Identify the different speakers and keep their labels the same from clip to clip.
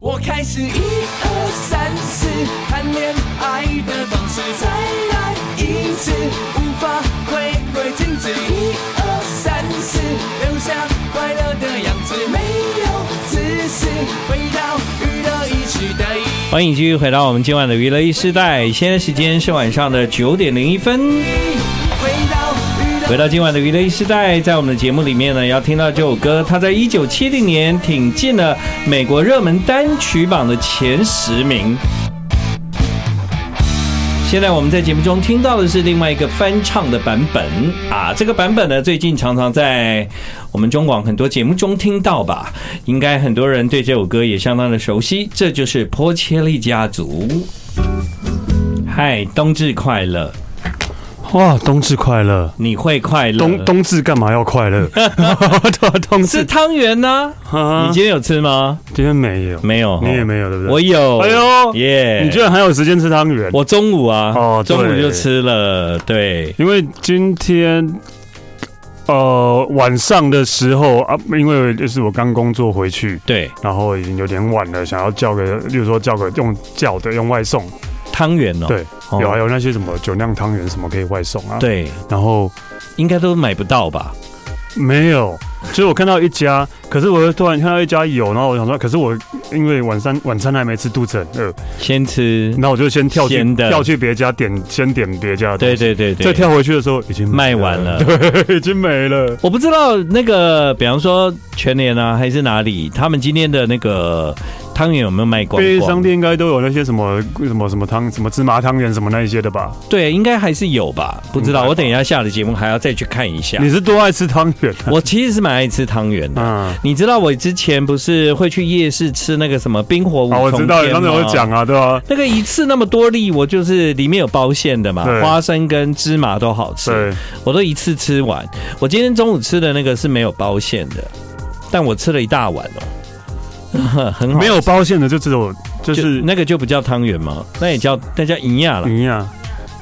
Speaker 1: 我开始一二三四谈恋爱的方式，再来一次，无法回归停止。一二三四，留下快乐的样子，没有自私，回到娱乐一时代。
Speaker 2: 欢迎继续回到我们今晚的娱乐一时代，现在时间是晚上的九点零一分。
Speaker 1: 回到娱乐
Speaker 2: 回到今晚的娱乐一时代，在我们的节目里面呢，要听到这首歌，它在一九七零年挺进了美国热门单曲榜的前十名。现在我们在节目中听到的是另外一个翻唱的版本啊，这个版本呢，最近常常在我们中广很多节目中听到吧，应该很多人对这首歌也相当的熟悉，这就是波切利家族。嗨，冬至快乐！
Speaker 3: 哇，冬至快乐！呃
Speaker 2: 你会快乐？
Speaker 3: 冬冬至干嘛要快 乐？对啊，冬
Speaker 2: 是
Speaker 3: 至，
Speaker 2: 汤圆呢、
Speaker 3: 啊
Speaker 2: 你今天有吃吗？
Speaker 3: 今天没有，
Speaker 2: 没有，
Speaker 3: 你也没有，对不对？
Speaker 2: 我有。
Speaker 3: 哎呦
Speaker 2: 耶！
Speaker 3: 你居然还有时间吃汤圆？
Speaker 2: 我中午啊，
Speaker 3: 哦对
Speaker 2: 中午就吃了。对，
Speaker 3: 因为今天。呃，晚上的时候啊，因为就是我刚工作回去，
Speaker 2: 对，
Speaker 3: 然后已经有点晚了，想要叫个，例如说叫个用叫的用外送，
Speaker 2: 汤圆哦，
Speaker 3: 对，
Speaker 2: 哦
Speaker 3: 有还有那些什么酒酿汤圆什么可以外送啊，，
Speaker 2: 对，
Speaker 3: 然后
Speaker 2: 应该都买不到吧？
Speaker 3: 没有，就是我看到一家，可是我又突然看到一家有，然后我想说，可是我因为晚餐晚餐还没吃，肚子很饿，
Speaker 2: 先吃。
Speaker 3: 然后我就先跳去
Speaker 2: 咸的
Speaker 3: 跳去别家点，先点别家的东
Speaker 2: 对
Speaker 3: 西，
Speaker 2: 对对对，
Speaker 3: 再跳回去的时候已经没
Speaker 2: 卖完了，。
Speaker 3: 对，已经没了。
Speaker 2: 我不知道那个，比方说全联啊，还是哪里，他们今天的那个汤圆有没有卖光
Speaker 3: 便利商
Speaker 2: 光？
Speaker 3: 店应该都有那些什么什么什么汤、什么芝麻汤圆什么那一些的吧？
Speaker 2: 对，应该还是有吧？不知
Speaker 3: 应该
Speaker 2: 道，
Speaker 3: 吧
Speaker 2: 我等一下下了节目还要再去看一下
Speaker 3: 嗯你。是多爱吃汤圆啊？
Speaker 2: 我其实是蛮爱吃汤圆的，
Speaker 3: 嗯，
Speaker 2: 你知道我之前不是会去夜市吃那个什么冰火五
Speaker 3: 啊，
Speaker 2: 重
Speaker 3: 我知道，你
Speaker 2: 天
Speaker 3: 刚才有
Speaker 2: 吗
Speaker 3: 讲啊，对吧？
Speaker 2: 那个一次那么多粒，我就是里面有包馅的嘛，
Speaker 3: 对
Speaker 2: 花生跟芝麻都好吃
Speaker 3: 对，，
Speaker 2: 我都一次吃完。我今天中午吃的那个是没有包馅的，但我吃了一大碗哦， 很好。
Speaker 3: 没有包馅的就只有
Speaker 2: 就
Speaker 3: 就嗯
Speaker 2: 是那个就不叫汤圆嘛，那也叫那叫银亚啦，
Speaker 3: 一样，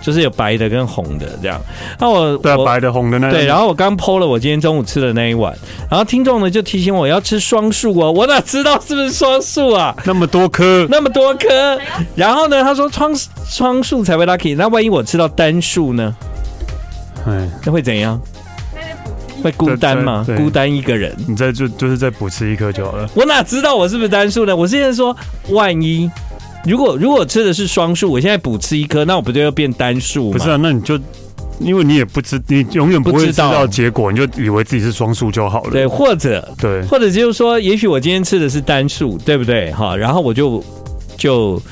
Speaker 2: 就是有白的跟红的这样。那我
Speaker 3: 对啊，
Speaker 2: 我
Speaker 3: 白的红的那
Speaker 2: 对，然
Speaker 3: 后
Speaker 2: 后我刚剖了我今天中午吃的那一碗，然后听众呢就提醒我要吃双数哦，我哪知道是不是双数啊？
Speaker 3: 那么多颗，
Speaker 2: 那么多颗，然后呢？他说双双数才会 lucky，那万一我吃到单数呢？
Speaker 3: 哎。
Speaker 2: 那会怎样？会孤单吗？
Speaker 3: 对对
Speaker 2: 孤单一个人，
Speaker 3: 你再就就是再补吃一颗就好了。
Speaker 2: 我哪知道我是不是单数呢？我现在说万一，如果如果吃的是双数，我现在补吃一颗，那我不就又变单数吗？
Speaker 3: 不是啊，那你就因为你也不知，你永远不
Speaker 2: 不
Speaker 3: 会
Speaker 2: 知
Speaker 3: 知
Speaker 2: 道
Speaker 3: 道结果，你就以为自己是双数就好了。
Speaker 2: 对，或者
Speaker 3: 对
Speaker 2: 或者就是说，也许我今天吃的是单数，对不对？哈，然后我就就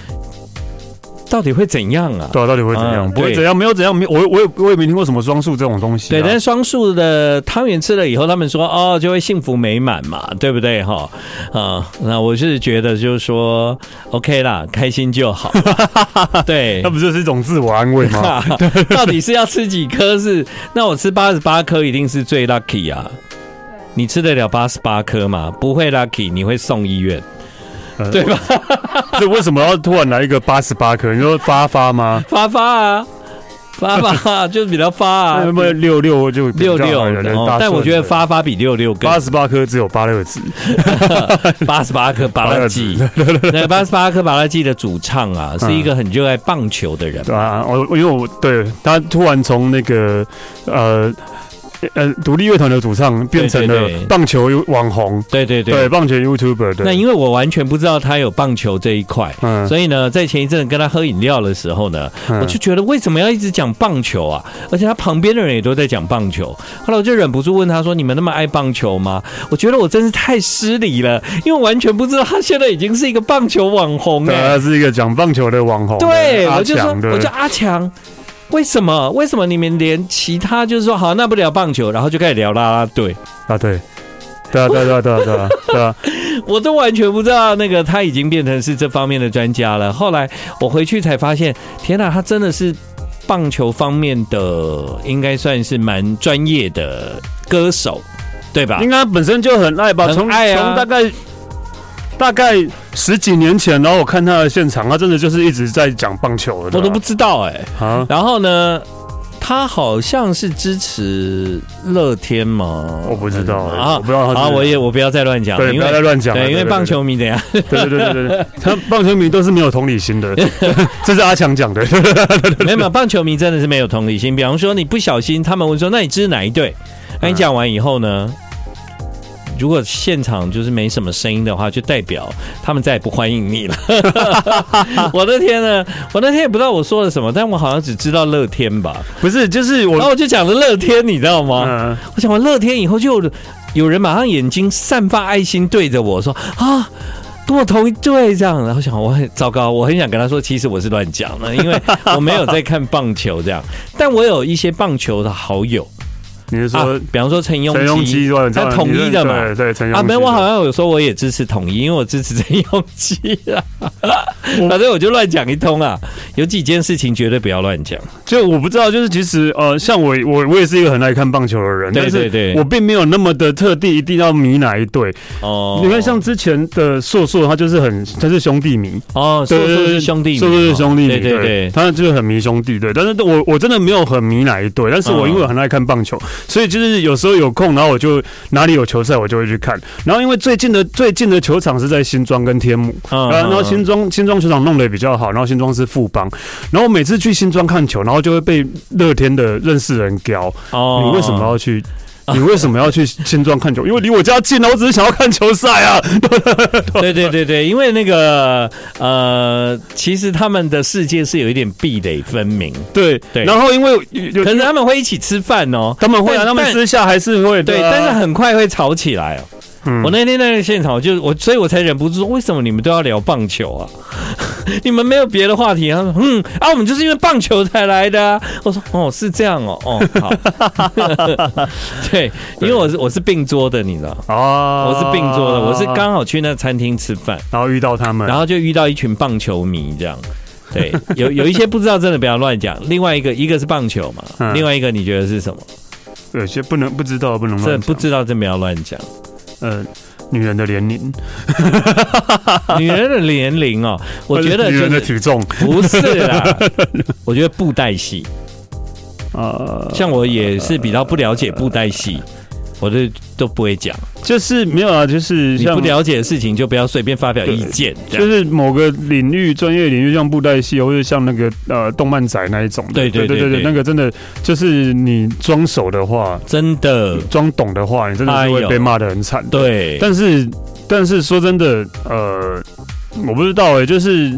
Speaker 2: 到底会怎样啊？
Speaker 3: 对啊，到底会怎样？
Speaker 2: 嗯
Speaker 3: 不会
Speaker 2: 对
Speaker 3: 怎样，没有怎样，没有我我也我也没听过什么双数这种东西、啊。
Speaker 2: 对，但是双数的汤圆吃了以后，他们说哦，就会幸福美满嘛，对不对哈？啊、那我是觉得就是说，OK 啦，开心就好啦。对
Speaker 3: 那，不就是一种自我安慰 吗？
Speaker 2: 到底是要吃几颗是？那我吃八十八颗一定是最 lucky 啊！你吃得了八十八颗吗？不会 lucky，你会送医院，
Speaker 3: 嗯
Speaker 2: 对吧？
Speaker 3: 这为什么要突然来一个八十八颗？你说发发吗？
Speaker 2: 发发啊，发发、 啊、就比较发
Speaker 3: 那
Speaker 2: 啊
Speaker 3: 会，不会六六就比
Speaker 2: 六
Speaker 3: 较
Speaker 2: 六
Speaker 3: 好一点。
Speaker 2: 哦
Speaker 3: 大顺
Speaker 2: 但我觉得发发比六六更
Speaker 3: 八十八颗只有八六子，
Speaker 2: 八十八颗巴拉季，那八十八颗巴拉季的主唱啊，是一个很热爱棒球的人。
Speaker 3: 对啊，我我因为我对他突然从那个呃呃独立乐团的主唱变成
Speaker 2: 对对对
Speaker 3: 了棒球网红，
Speaker 2: 对对
Speaker 3: 对
Speaker 2: 对。
Speaker 3: 棒球 YouTuber 的。
Speaker 2: 那因为我完全不知道他有棒球这一块，
Speaker 3: 嗯
Speaker 2: 所以呢，在前一阵跟他喝饮料的时候呢，
Speaker 3: 嗯
Speaker 2: 我就觉得为什么要一直讲棒球啊？而且他旁边的人也都在讲棒球。后来我就忍不住问他说：“你们那么爱棒球吗？”我觉得我真是太失礼了，因为我完全不知道他现在已经是一个棒球网红哎、
Speaker 3: 他是一个讲棒球的网红，
Speaker 2: 对，
Speaker 3: 阿
Speaker 2: 我就说
Speaker 3: 强，的
Speaker 2: 我就阿强，为什么？为什么你们连其他就是说好，那不聊棒球，然后就开始聊啦啦队，
Speaker 3: 啊，对，对啊，对啊，对啊，对啊，对啊，对啊，
Speaker 2: 我都完全不知道那个他已经变成是这方面的专家了。后来我回去才发现，天哪，他真的是棒球方面的，应该算是蛮专业的歌手，对吧
Speaker 3: 应？该本身就很爱吧，
Speaker 2: 啊很
Speaker 3: 从
Speaker 2: 爱啊
Speaker 3: 从大概大概十几年前，然后我看他的现场，他真的就是一直在讲棒球的啊，
Speaker 2: 我都不知道哎、
Speaker 3: 啊，
Speaker 2: 然后呢，他好像是支持乐天嘛，
Speaker 3: 我不知道哎
Speaker 2: 啊，
Speaker 3: 我不知道他是
Speaker 2: 啊，我也我不要再乱讲了，
Speaker 3: 对，
Speaker 2: 因
Speaker 3: 不
Speaker 2: 为
Speaker 3: 要再乱讲了。啊
Speaker 2: 对，因为
Speaker 3: 对
Speaker 2: 棒，球迷等一下
Speaker 3: 对对对对对对对，他棒球迷都是没有同理心 的，这是阿强讲的。
Speaker 2: 没有没有，棒球迷真的是没有同理心。比方说，你不小心，他们问说：“那你支持哪一队？”那你讲完以后呢？
Speaker 3: 嗯
Speaker 2: 如果现场就是没什么声音的话，就代表他们再也不欢迎你 了。 我的天呢！我那天也不知道我说了什么，但我好像只知道乐天吧。
Speaker 3: 不是，就是
Speaker 2: 然后
Speaker 3: 我，
Speaker 2: 我就啊讲了乐天，你知道吗？
Speaker 3: 哦嗯，
Speaker 2: 我讲完乐天以后，就有有人马上眼睛散发爱心，对着我说：“啊。”跟我同一队这样，然后想我很糟糕，我很想跟他说，其实我是乱讲的，因为我没有在看棒球这样，但我有一些棒球的好友
Speaker 3: 你是
Speaker 2: 啊
Speaker 3: 说，
Speaker 2: 比方说陈
Speaker 3: 陈
Speaker 2: 庸
Speaker 3: 永
Speaker 2: 基
Speaker 3: 基，我知道
Speaker 2: 他统一的嘛
Speaker 3: 对对，陈永
Speaker 2: 啊，
Speaker 3: 基
Speaker 2: 没有，我好像有说我也支持统一，因为我支持陈庸基啊，反正我就乱讲一通啊，有几件事情绝对不要乱讲，
Speaker 3: 就我不知道，就是其实呃，像我我我也是一个很爱看棒球的人，
Speaker 2: 对
Speaker 3: 但是
Speaker 2: 对对
Speaker 3: 我并没有那么的特地一定要迷哪一队。
Speaker 2: 哦，
Speaker 3: 你看，像之前的硕硕，他就是很他是兄弟迷，
Speaker 2: 哦，说说是兄弟迷，哦
Speaker 3: 硕硕是兄弟迷，
Speaker 2: 对对对，
Speaker 3: 他就是很迷兄弟，对。但是我我真的没有很迷哪一队，但是我
Speaker 2: 嗯
Speaker 3: 因为我很爱看棒球，所以就是有时候有空，然后我就哪里有球赛我就会去看。然后因为最近的最近的球场是在新庄跟天母，
Speaker 2: 嗯
Speaker 3: 然后然后新庄新庄球场弄得也比较好，然后新庄是富邦，然后我每次去新庄看球，然后就会被乐天的认识人屌，
Speaker 2: 哦
Speaker 3: 你为什么要去？你为什么要去新庄看球？因为离我家近啊，我只是想要看球赛啊。
Speaker 2: 对对对对，因为那个呃，其实他们的世界是有一点壁垒分明，
Speaker 3: 对
Speaker 2: 对
Speaker 3: 然后因为有
Speaker 2: 可
Speaker 3: 有
Speaker 2: 是他们会一起吃饭哦。
Speaker 3: 他们会啊，
Speaker 2: 但
Speaker 3: 他们
Speaker 2: 但
Speaker 3: 私下还是会的
Speaker 2: 对，
Speaker 3: 啊
Speaker 2: 但是很快会吵起来哦。
Speaker 3: 嗯
Speaker 2: 我那天在那个现场，我就我，所以我才忍不住说，为什么你们都要聊棒球啊？ 你们没有别的话题啊？嗯啊，我们就是因为棒球才来的、啊。 我说哦，是这样哦，哦好， 对，因为我是我是并桌的，你知道，
Speaker 3: 啊，
Speaker 2: 我是并桌的，我是刚好去那餐厅吃饭。
Speaker 3: 然后遇到他们，
Speaker 2: 然后就遇到一群棒球迷这样。 对，有有一些不知道，真的不要乱讲。另外一个，一个是棒球嘛，
Speaker 3: 嗯
Speaker 2: 另外一个你觉得是什么？
Speaker 3: 有些不能不知道不能
Speaker 2: 这
Speaker 3: 乱
Speaker 2: 不
Speaker 3: 讲，
Speaker 2: 知道，真不要乱 讲。
Speaker 3: 呃，女人的年龄，
Speaker 2: 女人的年龄哦，我觉
Speaker 3: 或
Speaker 2: 得
Speaker 3: 者是女人的
Speaker 2: 就是
Speaker 3: 体重，
Speaker 2: 不是 啦。我觉得布袋戏，
Speaker 3: 呃，
Speaker 2: 像我也是比较不了解布袋戏，我都都不会讲。
Speaker 3: 就是没有啊，就是
Speaker 2: 你
Speaker 3: 像
Speaker 2: 不了解的事情就不要随便发表意见，这
Speaker 3: 就
Speaker 2: 样。
Speaker 3: 是某个领域专业领域，像布袋戏或者像那个呃动漫仔那一种的，
Speaker 2: 对对
Speaker 3: 对
Speaker 2: 对对
Speaker 3: 那个真的就是你装熟的话，
Speaker 2: 真的，
Speaker 3: 装懂的话，你真的是
Speaker 2: 哎
Speaker 3: 会
Speaker 2: 呦
Speaker 3: 被骂的很惨。，
Speaker 2: 对，
Speaker 3: 但是但是说真的，呃，我不知道哎、就是。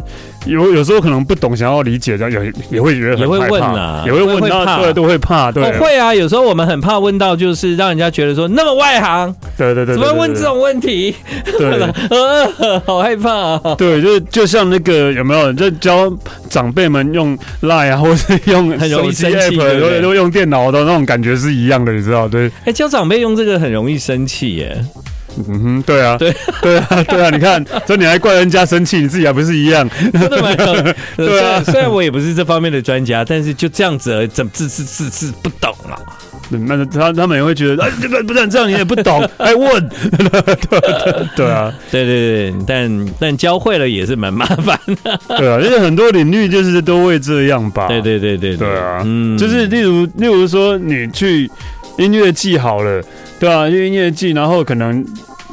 Speaker 3: 有有时候可能不懂，想要理解，然后也也会觉得很
Speaker 2: 也会
Speaker 3: 害
Speaker 2: 问
Speaker 3: 怕
Speaker 2: 啊
Speaker 3: 也会
Speaker 2: 会
Speaker 3: 问，
Speaker 2: 会
Speaker 3: 然
Speaker 2: 怕
Speaker 3: 后对都会怕，对
Speaker 2: 哦，会啊。有时候我们很怕问到，就是让人家觉得说那么外行，
Speaker 3: 对对对，
Speaker 2: 怎
Speaker 3: 对
Speaker 2: 么会问这？种问题？
Speaker 3: 对对对
Speaker 2: 呃，好害怕啊！
Speaker 3: 对，就就像那个有没有，就教长辈们用 Line 啊，或是用
Speaker 2: 很容易
Speaker 3: 手
Speaker 2: 生
Speaker 3: 机
Speaker 2: 气
Speaker 3: app，
Speaker 2: 对不对
Speaker 3: 都都用电脑的那种感觉是一样的，你知道？对，
Speaker 2: 哎、教长辈用这个很容易生气耶。
Speaker 3: 嗯哼，对啊，
Speaker 2: 对
Speaker 3: 对啊，对啊，你看，这你还怪人家生气，你自己还不是一样？
Speaker 2: 真的蛮有。
Speaker 3: 对啊
Speaker 2: 虽然虽然我也不是这方面的专家，但是就这样子而已，怎自自自自不懂啊？
Speaker 3: 嗯那他他们也会觉得，哎，这个不然这样你也不懂， 还问， 对啊对啊，
Speaker 2: 对对对，但但教会了也是蛮麻烦。
Speaker 3: 对啊，因为很多领域就是都会这样吧？
Speaker 2: 对对对对
Speaker 3: 对啊，
Speaker 2: 嗯
Speaker 3: 就是例如，例如说你去音乐季好了，对啊，去音乐季，然后可能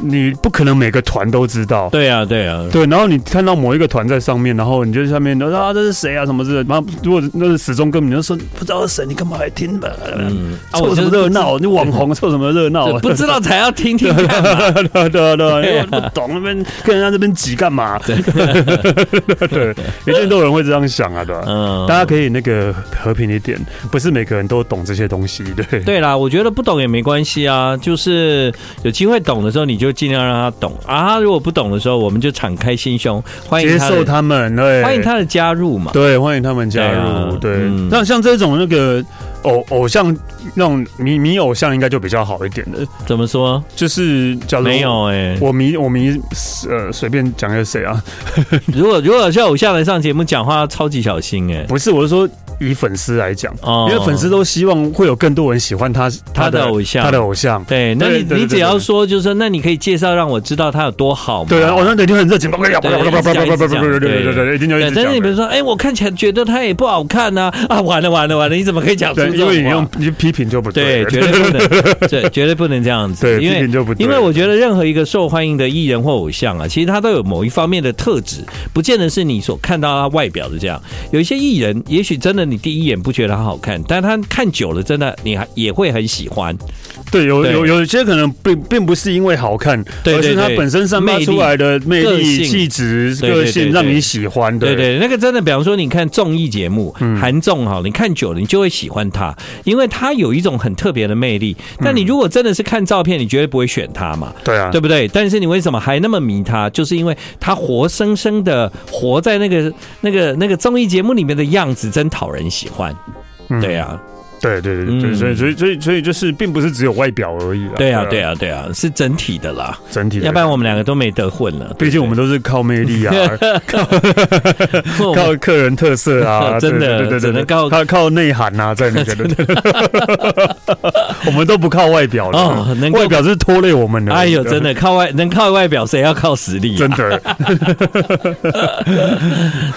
Speaker 3: 你不可能每个团都知道，
Speaker 2: 对啊对啊，
Speaker 3: 对，然后你看到某一个团在上面，然后你就下面你说啊这是谁啊什么之类的，然后如果那是始终根本就说不知道是谁，你干嘛来听吧？
Speaker 2: 嗯，啊
Speaker 3: 凑什么热闹？你网红凑什么热闹
Speaker 2: 这
Speaker 3: 啊？
Speaker 2: 不知道才要听听
Speaker 3: 对
Speaker 2: 看嘛。
Speaker 3: 啊对啊对啊对啊，因为我不懂那边跟人家这边挤干嘛？对，一定都有人会这样想啊，对吧、
Speaker 2: 嗯，
Speaker 3: 大家可以那个和平一点，不是每个人都懂这些东西，对
Speaker 2: 对啦，我觉得不懂也没关系啊，就是有机会懂的时候，你就尽量让他懂啊。他如果不懂的时候，我们就敞开心胸，欢迎
Speaker 3: 接
Speaker 2: 他的
Speaker 3: 受他们，对，
Speaker 2: 欢迎他的加入嘛。
Speaker 3: 对，欢迎他们加入，
Speaker 2: 对啊
Speaker 3: 对
Speaker 2: 嗯，
Speaker 3: 像、像这种那个偶偶像那种迷迷偶像，应该就比较好一点的，
Speaker 2: 怎么说？
Speaker 3: 就是假如
Speaker 2: 没有哎、
Speaker 3: 我迷我迷呃随便讲一个谁啊，
Speaker 2: 如果如果是偶像来上节目讲话，超级小心哎、
Speaker 3: 不是，我是说以粉丝来讲，
Speaker 2: 哦
Speaker 3: 因为粉丝都希望会有更多人喜欢他
Speaker 2: 他的
Speaker 3: 的
Speaker 2: 偶像
Speaker 3: 他的偶像。
Speaker 2: 对，那
Speaker 3: 对
Speaker 2: 你
Speaker 3: 对
Speaker 2: 你
Speaker 3: 对
Speaker 2: 只
Speaker 3: 对
Speaker 2: 要
Speaker 3: 对
Speaker 2: 说，就是说，那你可以介绍让我知道他有多好嘛？
Speaker 3: 对啊，我那肯定很热情，对对
Speaker 2: 对
Speaker 3: 对对对，一定就一
Speaker 2: 对，
Speaker 3: 直
Speaker 2: 但是你们
Speaker 3: 讲。
Speaker 2: 说，哎，我看起来觉得他也不好看呐、啊，完了完了完了，你怎么可以讲出
Speaker 3: 对，
Speaker 2: 这
Speaker 3: 因
Speaker 2: 种
Speaker 3: 为你
Speaker 2: 话
Speaker 3: 用你批评就不
Speaker 2: 对，
Speaker 3: 对，
Speaker 2: 绝对不能，对，绝对不能这样子。
Speaker 3: 对
Speaker 2: 因为
Speaker 3: 批评就不对
Speaker 2: 因为我觉得任何一个受欢迎的艺人或偶像啊，其实他都有某一方面的特质，不见得是你所看到他外表的这样。有一些艺人，也许真的你第一眼不觉得他好看，但他看久了，真的你还也会很喜欢。
Speaker 3: 对，有
Speaker 2: 对
Speaker 3: 有有些可能并并不是因为好看，
Speaker 2: 对对
Speaker 3: 而是它
Speaker 2: 对
Speaker 3: 本身散发
Speaker 2: 魅力
Speaker 3: 出来的魅
Speaker 2: 个
Speaker 3: 力、
Speaker 2: 性
Speaker 3: 气质、
Speaker 2: 对对
Speaker 3: 个
Speaker 2: 对
Speaker 3: 性，
Speaker 2: 对
Speaker 3: 让你喜欢。
Speaker 2: 对对，那个真的，比方说你看综艺节目，
Speaker 3: 嗯
Speaker 2: 韩综哈，你看久了你就会喜欢他，因为他有一种很特别的魅力。但你
Speaker 3: 嗯
Speaker 2: 如果真的是看照片，你绝对不会选他嘛。
Speaker 3: 对啊，
Speaker 2: 对不对？但是你为什么还那么迷他？就是因为他活生生的活在那个、那个、那个综艺节目里面的样子，真讨人喜欢。
Speaker 3: 嗯
Speaker 2: 对啊，
Speaker 3: 对对对
Speaker 2: 嗯
Speaker 3: 对，所以所以所以所以就是，并不是只有外表而已啦。
Speaker 2: 对啊，对，啊，对啊，是整体的啦，
Speaker 3: 整体的。
Speaker 2: 要不然我们两个都没得混了。
Speaker 3: 毕竟我们都是靠魅力啊，
Speaker 2: 我 们
Speaker 3: 靠个人特色啊，
Speaker 2: 哦 真的
Speaker 3: 对对对对
Speaker 2: 只能
Speaker 3: 对，
Speaker 2: 靠
Speaker 3: 靠靠内涵啊，在 那个，对对对 我们都不靠外表的
Speaker 2: 哦能够
Speaker 3: 外表是拖累我们的。
Speaker 2: 哎呦，真的靠外能靠外表，谁要靠实力、 啊
Speaker 3: 真的，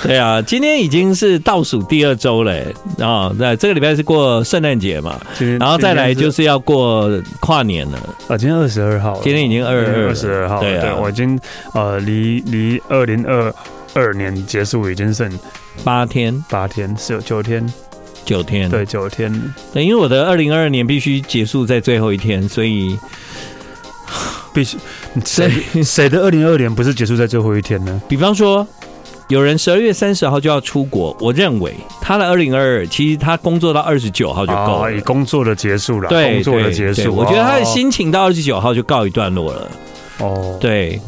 Speaker 2: 对啊，今天已经是倒数第二周了哎啊、那这个礼拜是过圣诞节嘛，
Speaker 3: 今天
Speaker 2: 然后再来就
Speaker 3: 今天
Speaker 2: 是要过跨年了。
Speaker 3: 是啊，今天二十二号了，
Speaker 2: 今天已经二二
Speaker 3: 二十二号了，
Speaker 2: 对
Speaker 3: 对
Speaker 2: 啊
Speaker 3: 我，已经呃离离二零二二年结束已经剩
Speaker 2: 八天
Speaker 3: 八天，是有九
Speaker 2: 嗯
Speaker 3: 天，
Speaker 2: 九天，
Speaker 3: 对，九天，
Speaker 2: 对，因为我的二零二二年必须结束在最后一天，所以
Speaker 3: 必须谁 谁的二零二年不是结束在最后一天呢？
Speaker 2: 比方说，有人十二月三十号就要出国，我认为他的二零二二其实他工作到二十九号就够
Speaker 3: 啊，
Speaker 2: 了。
Speaker 3: 以工作的结束了，
Speaker 2: 对，
Speaker 3: 哎工作的
Speaker 2: 对
Speaker 3: 结
Speaker 2: 对
Speaker 3: 束，
Speaker 2: 我觉得他的
Speaker 3: 哦
Speaker 2: 心情到二十九号就告一段落了。
Speaker 3: 哦，
Speaker 2: 对，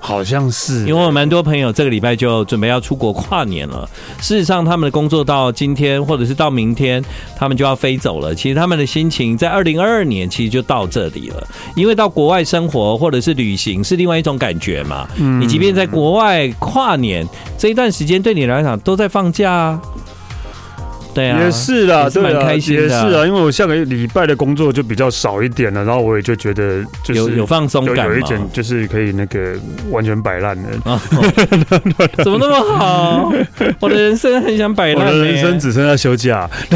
Speaker 3: 好像
Speaker 2: 因
Speaker 3: 是，
Speaker 2: 为我蛮多朋友这个礼拜就准备要出国跨年了。事实上，他们的工作到今天或者是到明天，他们就要飞走了。其实他们的心情在二零二二年其实就到这里了，因为到国外生活或者是旅行是另外一种感觉嘛。
Speaker 3: 嗯
Speaker 2: 你即便在国外跨年这一段时间，对你来讲都在放假啊。对啊，
Speaker 3: 也是啦，
Speaker 2: 也是
Speaker 3: 对
Speaker 2: 蛮
Speaker 3: 啊，
Speaker 2: 开心的
Speaker 3: 也是啊，因为我下个礼拜的工作就比较少一点了，然后我也就觉得就是
Speaker 2: 有有放松
Speaker 3: 有
Speaker 2: 感
Speaker 3: 有一
Speaker 2: 嘛。
Speaker 3: 点就是可以那个完全摆烂了。
Speaker 2: 啊，怎么那么好？我的人生很想摆
Speaker 3: 我
Speaker 2: 烂、欸，
Speaker 3: 的人生只剩下休假，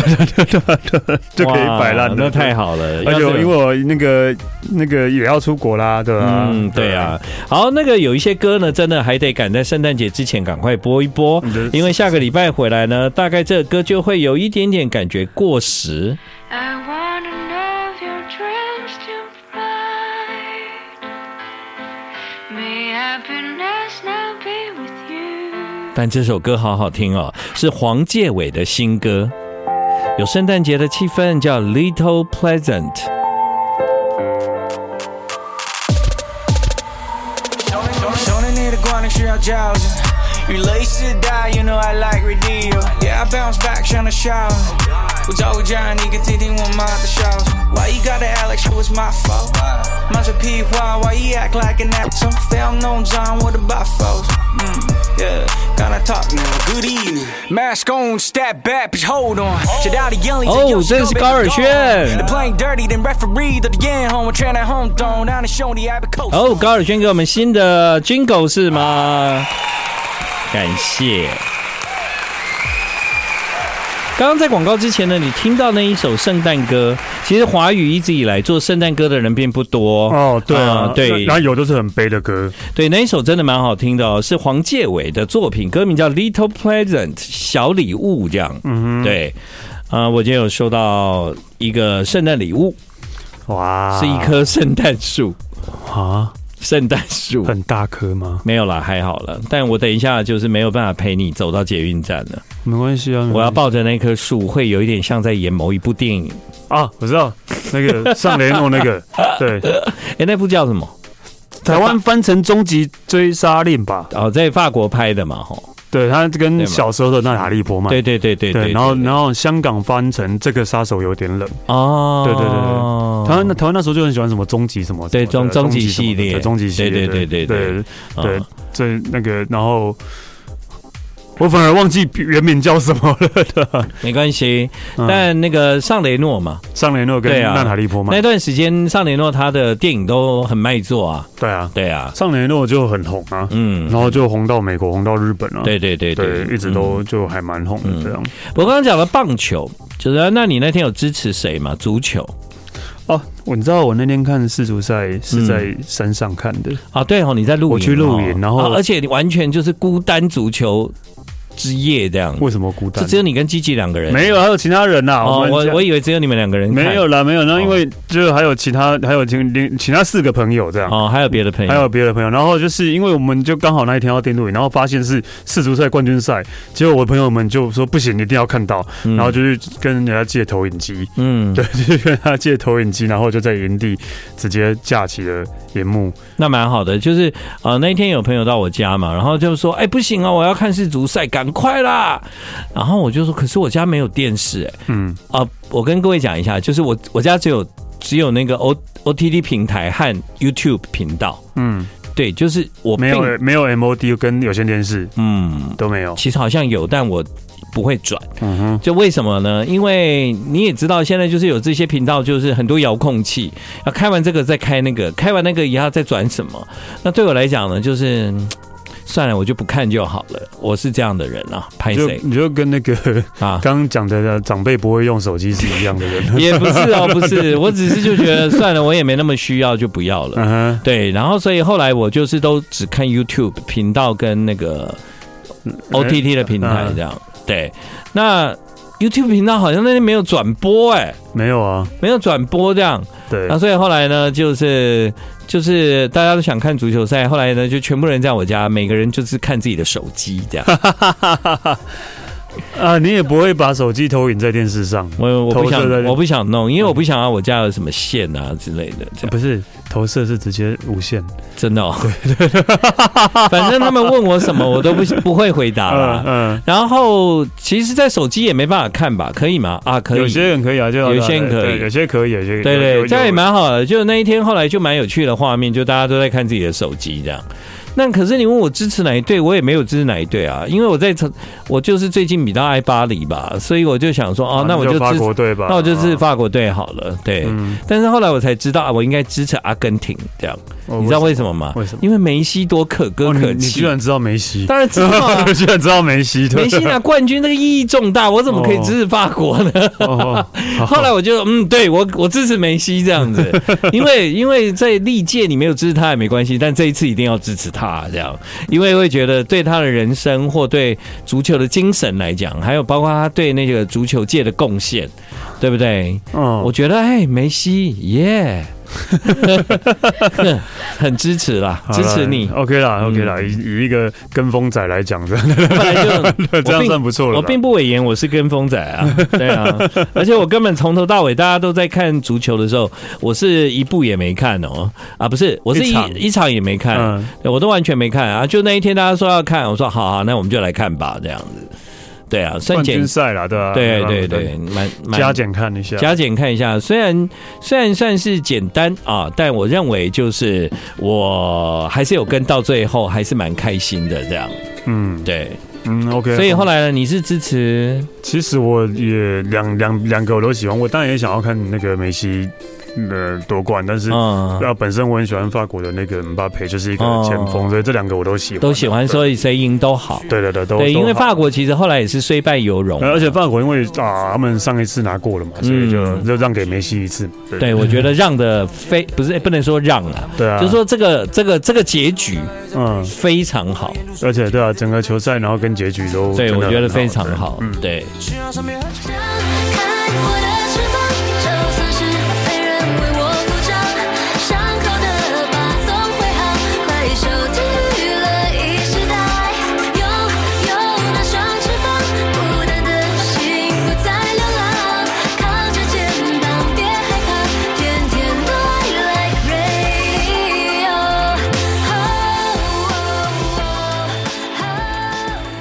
Speaker 3: 就可以摆
Speaker 2: 哇
Speaker 3: 烂了。
Speaker 2: 那太好了。要
Speaker 3: 而且
Speaker 2: 是有
Speaker 3: 因为我那个那个也要出国啦，对吧、
Speaker 2: 嗯，对啊，好，那个有一些歌呢，真的还得赶在圣诞节之前赶快播一播，
Speaker 3: 对啊，
Speaker 2: 因为下个礼拜回来呢，大概这个歌就会有一点点感觉过时。
Speaker 4: I wanna know if you're dressed in pride. May happiness now be with you.
Speaker 2: 但这首歌好好听哦，是黄介伟的新歌，有圣诞节的气氛，叫《Little Pleasant》。
Speaker 5: 少年你的观念需要矫正，与类似代，You know I like radio。Yeah I bounce back，像那笑。我找个家，你可听听我妈的笑声。Why you gotta act like shit was my fault？满嘴屁话，Why you act like an asshole？非要弄脏我的把风。嗯，Yeah，刚 Mm, 才 talk now。Good evening。Mask on，step back，bitch hold on。这道理眼里
Speaker 2: 哦这是高尔宣
Speaker 5: The playing dirty，then referee 到底眼红，我 train at home，don't 让你兄弟 I be cold。
Speaker 2: 哦，高尔宣给我们新的 Jingle 是吗？感谢。刚刚在广告之前呢，你听到那一首圣诞歌，其实华语一直以来做圣诞歌的人并不多
Speaker 3: 哦，对啊，
Speaker 2: 啊对
Speaker 3: 然后有都是很悲的歌，
Speaker 2: 对，那一首真的蛮好听的哦，是黄介伟的作品，歌名叫《Little Pleasant》小礼物这样。嗯，对，啊、我今天有收到一个圣诞礼物，
Speaker 3: 哇，
Speaker 2: 是一棵圣诞树，
Speaker 3: 啊，
Speaker 2: 圣诞树
Speaker 3: 很大颗吗？
Speaker 2: 没有啦，还好了。但我等一下就是没有办法陪你走到捷运站了，
Speaker 3: 没关系啊，没关系
Speaker 2: 我要抱着那棵树，会有一点像在演某一部电影。
Speaker 3: 啊，我知道那个上雷诺那个，对，
Speaker 2: 哎，那部叫什么？
Speaker 3: 台湾翻成《终极追杀令》吧，
Speaker 2: 哦，在法国拍的嘛，吼。
Speaker 3: 对他跟
Speaker 2: 对嘛
Speaker 3: 小时候的那塔利波曼，
Speaker 2: 对对对对
Speaker 3: 啊对，然后然后香港翻成这个杀手有点冷，
Speaker 2: 哦，
Speaker 3: 对对对对台湾那台湾那时候就很喜欢什么终极什么，
Speaker 2: 对
Speaker 3: 什么的
Speaker 2: 终终极
Speaker 3: 什么
Speaker 2: 系列
Speaker 3: 对终极系列，
Speaker 2: 哦对对对对
Speaker 3: 对
Speaker 2: 对
Speaker 3: 对
Speaker 2: 嗯
Speaker 3: 这那个然后我反而忘记原名叫什么了的。
Speaker 2: 没关系。
Speaker 3: 嗯
Speaker 2: 但那个上雷诺嘛，
Speaker 3: 上雷诺跟
Speaker 2: 对啊
Speaker 3: 娜塔莉波曼，
Speaker 2: 那段时间上雷诺他的电影都很卖座啊，
Speaker 3: 对啊，
Speaker 2: 对啊，
Speaker 3: 上雷诺就很红啊，
Speaker 2: 嗯
Speaker 3: 然，后就红到美国，红到日本啊，
Speaker 2: 对对对
Speaker 3: 对，一直
Speaker 2: 嗯
Speaker 3: 都就还蛮红的这样。
Speaker 2: 我刚刚讲了棒球，就是啊那你那天有支持谁吗？足球
Speaker 3: 哦，我你知道我那天看世足赛是
Speaker 2: 嗯
Speaker 3: 在山上看的，
Speaker 2: 啊，对哦，你在露营哦，
Speaker 3: 我去露营然后
Speaker 2: 啊而且你完全就是孤单足球之夜这样，
Speaker 3: 为什么孤单
Speaker 2: 就？只有你跟鸡鸡两个人，
Speaker 3: 没有，还有其他人呐、
Speaker 2: 哦，
Speaker 3: 们
Speaker 2: 我
Speaker 3: 家
Speaker 2: 我以为只有你们两个人看，
Speaker 3: 没有啦，没有。然后因
Speaker 2: 哦
Speaker 3: 为就还有其他，还有其另其他四个朋友这样。
Speaker 2: 哦，还有别的朋友，
Speaker 3: 还有别的朋友，然后就是因为我们就刚好那一天要订录影，然后发现是世足赛冠军赛，结果我朋友们就说不行，一定要看到，
Speaker 2: 嗯
Speaker 3: 然后就去跟人家借投影机，
Speaker 2: 嗯，
Speaker 3: 对，就去跟他借投影机，然后就在营地直接架起了荧幕，
Speaker 2: 那蛮好的，就是呃那一天有朋友到我家嘛，然后就说，哎、不行啊，我要看世足赛，赶快啦！然后我就说，可是我家没有电视、哎
Speaker 3: 嗯，
Speaker 2: 啊、我跟各位讲一下，就是我我家只有只有那个 O O T D 平台和 YouTube 频道，
Speaker 3: 嗯，
Speaker 2: 对，就是我
Speaker 3: 没
Speaker 2: 并
Speaker 3: 有没有 MOD 跟有线电视
Speaker 2: 嗯，
Speaker 3: 都没有，
Speaker 2: 其实好像有，但我不会转。
Speaker 3: 嗯哼，
Speaker 2: 就为什么呢？因为你也知道，现在就是有这些频道，就是很多遥控器，要开完这个再开那个，开完那个也要再转什么。那对我来讲呢，就是嗯算了，我就不看就好了。我是这样的人啊，拍
Speaker 3: 就
Speaker 2: 谁
Speaker 3: 你就跟那个
Speaker 2: 啊？
Speaker 3: 刚刚讲的长辈不会用手机是一样 的人，
Speaker 2: 也不是哦，不是，我只是就觉得 算了，我也没那么需要，就不要了。
Speaker 3: 嗯
Speaker 2: 对，然后所以后来我就是都只看 YouTube 频道跟那个
Speaker 3: 哼
Speaker 2: OTT 的平台
Speaker 3: 嗯
Speaker 2: 这样。对，那 YouTube 频道好像那天没有转播哎、
Speaker 3: 没有啊，
Speaker 2: 没有转播这样。
Speaker 3: 对
Speaker 2: 那、，所以后来呢，就是就是大家都想看足球赛，后来呢，就全部人在我家，每个人就是看自己的手机这样。
Speaker 3: 啊，你也不会把手机投影在电视上，
Speaker 2: 我我不
Speaker 3: 投射在
Speaker 2: 想
Speaker 3: 那
Speaker 2: 我不想弄，因为我不想要我家有什么线啊之类的这样。
Speaker 3: 不是投射是直接无线。
Speaker 2: 真的、哦， 反正他们问我什么，我都不不会回答
Speaker 3: 嗯
Speaker 2: 啦。
Speaker 3: 嗯，
Speaker 2: 然后其实，在手机也没办法看吧？可以吗？啊，可以。
Speaker 3: 有些人可以啊，就
Speaker 2: 有些人可以
Speaker 3: 对有些可以，有些可以
Speaker 2: 对
Speaker 3: 有
Speaker 2: 对，
Speaker 3: 有
Speaker 2: 这样也蛮好的。就那一天后来就蛮有趣的画面，就大家都在看自己的手机这样。那可是你问我支持哪一队，我也没有支持哪一队啊，因为我在我就是最近比较爱巴黎吧，所以我就想说，哦，那我就
Speaker 3: 啊法
Speaker 2: 支持，
Speaker 3: 国队吧，
Speaker 2: 那我就是
Speaker 3: 啊
Speaker 2: 法国队好了，对。
Speaker 3: 嗯，
Speaker 2: 但是后来我才知道，啊我应该支持阿根廷这样，你知道为什么吗？
Speaker 3: 为什么
Speaker 2: 因为梅西多可歌
Speaker 3: 哦你
Speaker 2: 可
Speaker 3: 你
Speaker 2: 泣，
Speaker 3: 居然知道梅西，
Speaker 2: 当然知道啊
Speaker 3: 居然知道梅西，对
Speaker 2: 梅西啊拿冠军那个意义重大，我怎么可以支持法国呢？
Speaker 3: 哦，哦
Speaker 2: 后来我就嗯，对我我支持梅西这样子， 因为因为在历届你没有支持他也没关系，但这一次一定要支持他这样，因为会觉得对他的人生或对足球的精神来讲，还有包括他对那个足球界的贡献，对不对？
Speaker 3: 嗯，
Speaker 2: 我觉得哎，梅西 耶、很支持啦，
Speaker 3: 好
Speaker 2: 支
Speaker 3: 啦
Speaker 2: 持你，嗯
Speaker 3: ，OK 啦，OK 啦，以以一个跟风仔来讲，这样
Speaker 2: 本来就
Speaker 3: 这
Speaker 2: 我
Speaker 3: 样
Speaker 2: 并
Speaker 3: 算不错了啦。
Speaker 2: 我并不委言我是跟风仔 啊，对啊，而且我根本从头到尾大家都在看足球的时候，我是一部也没看哦，啊不是，我是一
Speaker 3: 一场
Speaker 2: 一场也没看，
Speaker 3: 嗯
Speaker 2: 对我都完全没看啊，就那一天大家说要看，我说好啊，那我们就来看吧，这样子，对啊，
Speaker 3: 冠
Speaker 2: 算减
Speaker 3: 军，赛啦，对啊吧？
Speaker 2: 对对
Speaker 3: 吧
Speaker 2: 对，，蛮蛮
Speaker 3: 加减啊看一下，
Speaker 2: 加减看一下，虽然虽然算是简单啊，但我认为就是我还是有跟到最后，还是蛮开心的这样，
Speaker 3: 嗯
Speaker 2: 对，
Speaker 3: 嗯，OK。
Speaker 2: 所以后来呢，你是支持。
Speaker 3: 其实我也两两两个我都喜欢，我当然也想要看那个梅西呃夺冠，但是
Speaker 2: 嗯
Speaker 3: 那、本身我很喜欢法国的那个姆巴佩，就是一个前
Speaker 2: 哦
Speaker 3: 锋，所以这两个我都喜欢，
Speaker 2: 都喜欢，所以谁赢都好。
Speaker 3: 对对对，都
Speaker 2: 对，因为。
Speaker 3: 都好
Speaker 2: 法国其实后来也是虽败犹荣。
Speaker 3: 呃而且法国因为啊，他们上一次拿过了嘛，所以就、
Speaker 2: 嗯
Speaker 3: 就让给梅西一次。
Speaker 2: 对，我觉得让的非不是不能说让了，
Speaker 3: 对啊，
Speaker 2: 就是说这个这个这个结局
Speaker 3: 嗯，
Speaker 2: 非常好。
Speaker 3: 而且对啊，整个球赛然后跟结局都
Speaker 2: 对，
Speaker 3: 真
Speaker 2: 我
Speaker 3: 的
Speaker 2: 觉得
Speaker 3: 很
Speaker 2: 非常
Speaker 3: 对嗯
Speaker 2: 好。对，
Speaker 1: 去让上面
Speaker 6: 看我的翅膀，就算是没人为我鼓掌，伤口的疤总会好。快手体育了一时代，拥有那双翅膀，孤单的心不再流浪，靠着肩膀别害怕，天天对 like Oh, radio。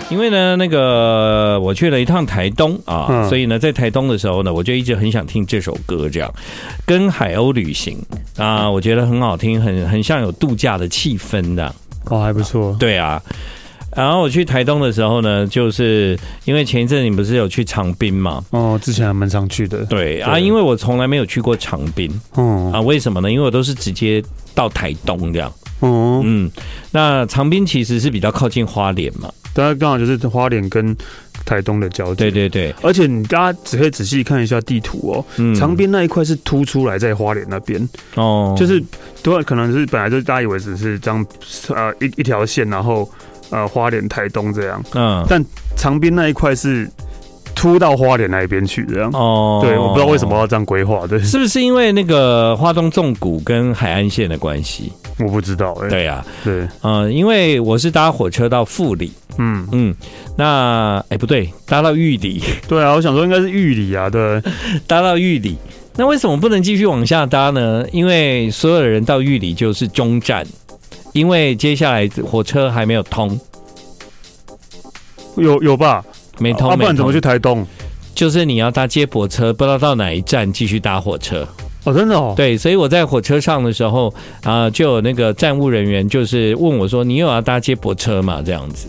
Speaker 2: 因为呢，那个我去了一趟台东啊，
Speaker 3: 嗯
Speaker 2: 所以呢，在台东的时候呢，我就一直很想听这首歌，这样跟海鸥旅行啊，我觉得很好听，很很像有度假的气氛的。
Speaker 3: 哦，还不错。
Speaker 2: 对啊，然后我去台东的时候呢，就是因为前一阵你不是有去长滨嘛？
Speaker 3: 哦，之前还蛮常去的。
Speaker 2: 对啊，因为我从来没有去过长滨
Speaker 3: 嗯，
Speaker 2: 啊，为什么呢？因为我都是直接到台东这样。
Speaker 3: 哦，
Speaker 2: 嗯，那长滨其实是比较靠近花莲嘛。
Speaker 3: 大家刚好就是花莲跟台东的交界。
Speaker 2: 对。对对，
Speaker 3: 而且你大家只可以仔细看一下地图哦，
Speaker 2: 嗯
Speaker 3: 长滨那一块是凸出来在花莲那边，
Speaker 2: 哦，
Speaker 3: 就是多少可能是本来就大家以为只是这样，呃，一一条线，然后呃，花莲台东这样，
Speaker 2: 嗯
Speaker 3: 长滨那一块是凸到花莲那一边去这样。
Speaker 2: 哦，
Speaker 3: 对，我不知道为什么。要这样规划，对，
Speaker 2: 是不是因为那个花东纵谷跟海岸线的关系？
Speaker 3: 我不知道、哎，
Speaker 2: 对啊，
Speaker 3: 对，
Speaker 2: 嗯、因为我是搭火车到富里，
Speaker 3: 嗯，
Speaker 2: 嗯，那哎、不对，搭到玉里，
Speaker 3: 对啊，我想说应该是玉里啊，对，
Speaker 2: 搭到玉里，那为什么不能继续往下搭呢？因为所有人到玉里就是终站，因为接下来火车还没有通，
Speaker 3: 有有吧？
Speaker 2: 没通，
Speaker 3: 啊，不
Speaker 2: 没
Speaker 3: 然怎么
Speaker 2: 通
Speaker 3: 去台东？
Speaker 2: 就是你要搭接驳车，不知道到哪一站继续搭火车。
Speaker 3: 哦，真的哦，
Speaker 2: 对，所以我在火车上的时候啊、就有那个站务人员就是问我说：“你有要搭接驳车吗？”这样子